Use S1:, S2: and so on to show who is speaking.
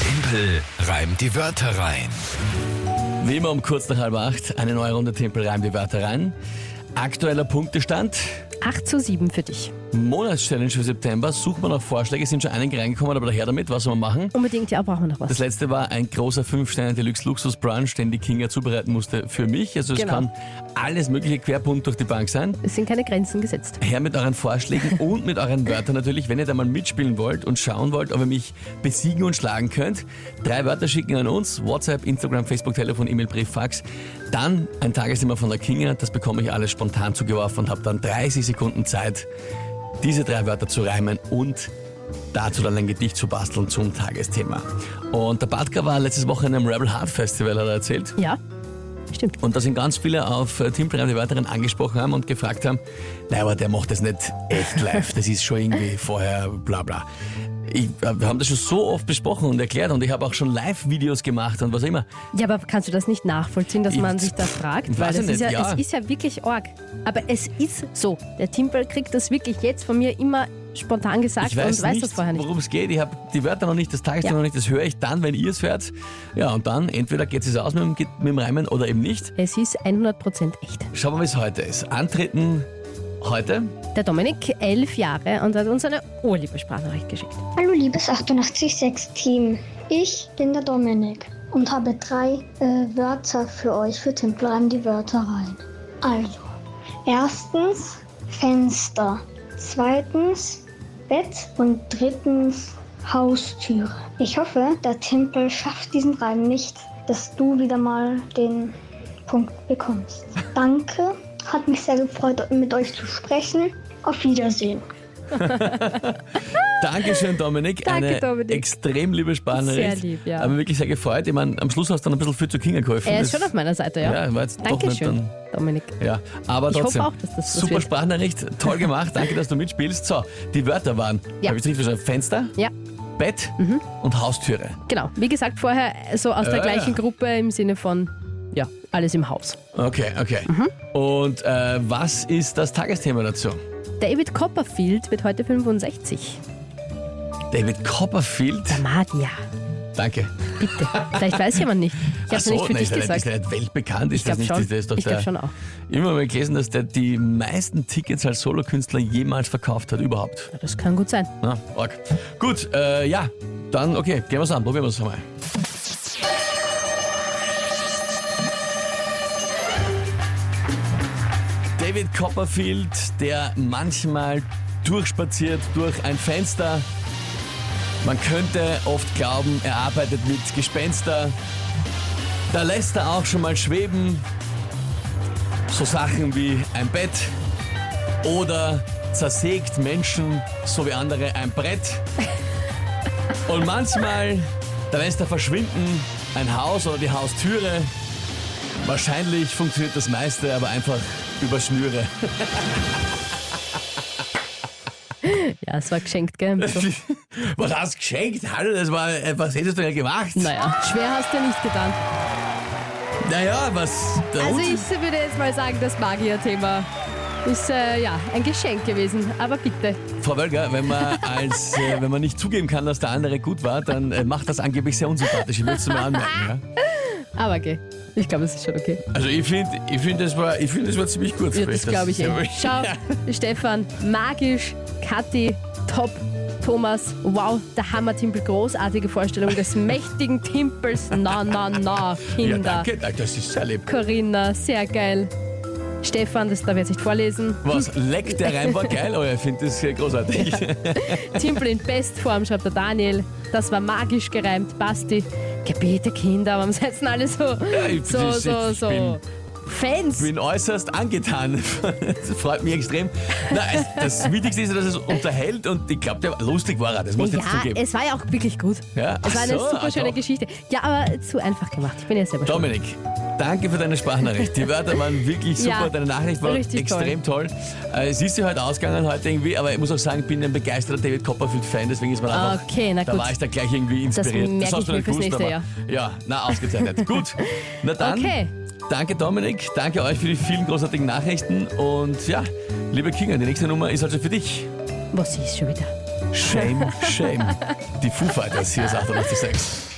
S1: Tempel reimt die Wörter rein.
S2: Wie immer um kurz nach halb acht, eine neue Runde Tempel reimt die Wörter rein. Aktueller Punktestand,
S3: 8 zu 7 für dich.
S2: Monatschallenge für September. Sucht man nach Vorschläge, sind schon einige reingekommen, aber daher damit, was soll man machen?
S3: Unbedingt, ja, brauchen wir noch
S2: Das
S3: was.
S2: letzte war ein großer 5-Sterne-Deluxe-Luxus-Brunch, den die Kinga zubereiten musste für mich. Also es
S3: Genau.
S2: kann alles mögliche Querpunkt durch die Bank sein.
S3: Es sind keine Grenzen gesetzt.
S2: Her mit euren Vorschlägen und mit euren Wörtern natürlich, wenn ihr da mal mitspielen wollt und schauen wollt, ob ihr mich besiegen und schlagen könnt. Drei Wörter schicken an uns, WhatsApp, Instagram, Facebook, Telefon, E-Mail, Brief, Fax. Dann ein Tagesthema von der Kinga, das bekomme ich alles spontan zugeworfen und habe dann 30 Sekunden Zeit, diese drei Wörter zu reimen und dazu dann ein Gedicht zu basteln zum Tagesthema. Und der Badger war letztes Woche in einem Rebel Heart Festival, hat er erzählt.
S3: Ja, stimmt.
S2: Und da sind ganz viele auf äh, Tim Brand, die weiteren angesprochen haben und gefragt haben, naja, aber der macht das nicht echt live, das ist schon irgendwie vorher bla bla. Ich, äh, wir haben das schon so oft besprochen und erklärt und ich habe auch schon Live-Videos gemacht und was immer.
S3: Ja, aber kannst du das nicht nachvollziehen, dass
S2: Ich-
S3: man sich das fragt?
S2: Weiß
S3: Weil
S2: ich
S3: das
S2: nicht,
S3: ist ja,
S2: ja.
S3: es ist ja wirklich arg. Aber es ist so. Der Timpel kriegt das wirklich jetzt von mir immer spontan gesagt
S2: Ich weiß,
S3: und weiß
S2: nicht,
S3: das vorher nicht.
S2: worum es geht. Ich habe die Wörter noch nicht, das Tagesthema
S3: Ja.
S2: noch nicht, das höre ich dann, wenn ihr es hört. Ja, und dann entweder geht es aus mit dem, mit dem Reimen oder eben nicht.
S3: Es ist 100% echt.
S2: Schauen wir, wie es heute ist. Antreten heute.
S3: Der Dominik, elf Jahre, und hat uns eine urliebe Sprachnachricht geschickt.
S4: Hallo liebes 886 Team, ich bin der Dominik und habe drei äh, Wörter für euch für Tempelreim die Wörter rein. Also, erstens Fenster, zweitens Bett und drittens Haustüre. Ich hoffe, der Tempel schafft diesen Reim nicht, dass du wieder mal den Punkt bekommst. Danke, hat mich sehr gefreut, mit euch zu sprechen. Auf Wiedersehen.
S2: Dankeschön, Dominik.
S3: Danke,
S2: Eine
S3: Dominik.
S2: extrem liebe Spannerin.
S3: Sehr lieb, ja.
S2: Aber wirklich sehr gefreut. Ich meine, am Schluss hast du dann ein bisschen viel zu Kinga geholfen.
S3: Er
S2: Das-
S3: ist schon auf meiner Seite, ja.
S2: Ja, war jetzt doch nicht
S3: Dankeschön,
S2: dann.
S3: Dominik.
S2: Ja, aber
S3: Ich hoffe
S2: trotzdem.
S3: auch, dass das was
S2: super
S3: wird.
S2: Sprachnachricht, toll gemacht, danke, dass du mitspielst. So, die Wörter waren,
S3: Ja.
S2: habe ich richtig verstanden, Fenster,
S3: Ja, Mhm.
S2: Bett und Haustüre.
S3: genau. Wie gesagt, vorher so aus der
S2: Ah.
S3: gleichen Gruppe im Sinne von, ja, alles im Haus.
S2: Okay, okay.
S3: Mhm.
S2: Und äh, was ist das Tagesthema dazu?
S3: David Copperfield wird heute 65.
S2: David Copperfield.
S3: Madia,
S2: Danke.
S3: bitte. Vielleicht weiß jemand nicht. Ich
S2: Ach
S3: habe
S2: so,
S3: nicht für
S2: nein, ist,
S3: dich
S2: er nicht,
S3: gesagt.
S2: ist er nicht weltbekannt? Ist
S3: Ich
S2: das
S3: glaube
S2: nicht?
S3: schon.
S2: Ist, der ist doch
S3: Ich
S2: der,
S3: glaube schon auch.
S2: Immer mal gelesen, dass der die meisten Tickets als Solokünstler jemals verkauft hat, überhaupt.
S3: Das kann gut sein.
S2: Na, arg. Gut, äh, ja, dann okay, gehen wir's an, probieren wir's einmal. David Copperfield, der manchmal durchspaziert durch ein Fenster. Man könnte oft glauben, er arbeitet mit Gespenster. Da lässt er auch schon mal schweben. So Sachen wie ein Bett, oder zersägt Menschen so wie andere ein Brett. Und manchmal, da lässt er verschwinden ein Haus oder die Haustüre. Wahrscheinlich funktioniert das meiste, aber einfach über Schnüre.
S3: Ja, es war geschenkt, gell? So.
S2: Was hast du geschenkt? Hallo, das war, äh, was hättest du denn gemacht?
S3: Naja, schwer hast du nicht getan.
S2: Naja, was, der
S3: Also
S2: Hund-
S3: ich würde jetzt mal sagen, das Magier-Thema ist äh, ja ein Geschenk gewesen. Aber bitte,
S2: Frau Wölger, wenn man, als, äh, wenn man nicht zugeben kann, dass der andere gut war, dann äh, macht das angeblich sehr unsympathisch. Ich würde es mal anmerken. Ja?
S3: aber okay. Ich glaube, es ist schon okay.
S2: Also ich finde, ich find, das, war- ich find, das war ziemlich gut.
S3: Ja, das glaube ich eh. Schau, Stefan, magisch, Kathi, top, Thomas, wow, der Hammer Timpel, großartige Vorstellung des mächtigen Timpels. Na, na, na,
S2: Ja,
S3: Kinder.
S2: danke, danke, das ist sehr lieb.
S3: Corinna, sehr geil. Stefan, das darf ich jetzt nicht vorlesen.
S2: Was, leck, der Reim war geil, oh, ich finde das äh, großartig.
S3: Timpel in Bestform, schreibt der Daniel. Das war magisch gereimt. Basti, gebete Kinder, warum seid denn alle so,
S2: ich-
S3: so,
S2: ich-
S3: so,
S2: ich
S3: so
S2: bin-
S3: Fans?
S2: bin äußerst angetan. Das freut mich extrem. Na, es, das Wichtigste ist, dass es unterhält und ich glaube, der lustig war er, das muss ich jetzt
S3: ja,
S2: zugeben.
S3: es war ja auch wirklich gut.
S2: Ja,
S3: Es war
S2: ach
S3: eine
S2: so,
S3: super
S2: ach
S3: schöne
S2: doch.
S3: Geschichte. Ja, aber zu einfach gemacht. Ich bin ja selber schuld.
S2: Dominik, danke für deine Sprachnachricht. Die Wörter waren wirklich super,
S3: Ja,
S2: deine Nachricht war
S3: richtig
S2: extrem toll. Äh, Es ist ja heute ausgegangen heute irgendwie, aber ich muss auch sagen, ich bin ein begeisterter David Copperfield-Fan, deswegen ist man einfach,
S3: Okay, na
S2: da
S3: gut.
S2: war ich da gleich irgendwie
S3: Das
S2: inspiriert.
S3: merke
S2: hast
S3: ich
S2: du
S3: mir
S2: nicht
S3: fürs
S2: gewusst,
S3: nächste
S2: aber ja, na ausgezeichnet. Gut, na dann.
S3: Okay.
S2: Danke Dominik, danke euch für die vielen großartigen Nachrichten und ja, liebe Kinga, die nächste Nummer ist also für dich.
S3: Was ist schon wieder?
S2: Shame, shame. Die Foo Fighters, hier ist 886.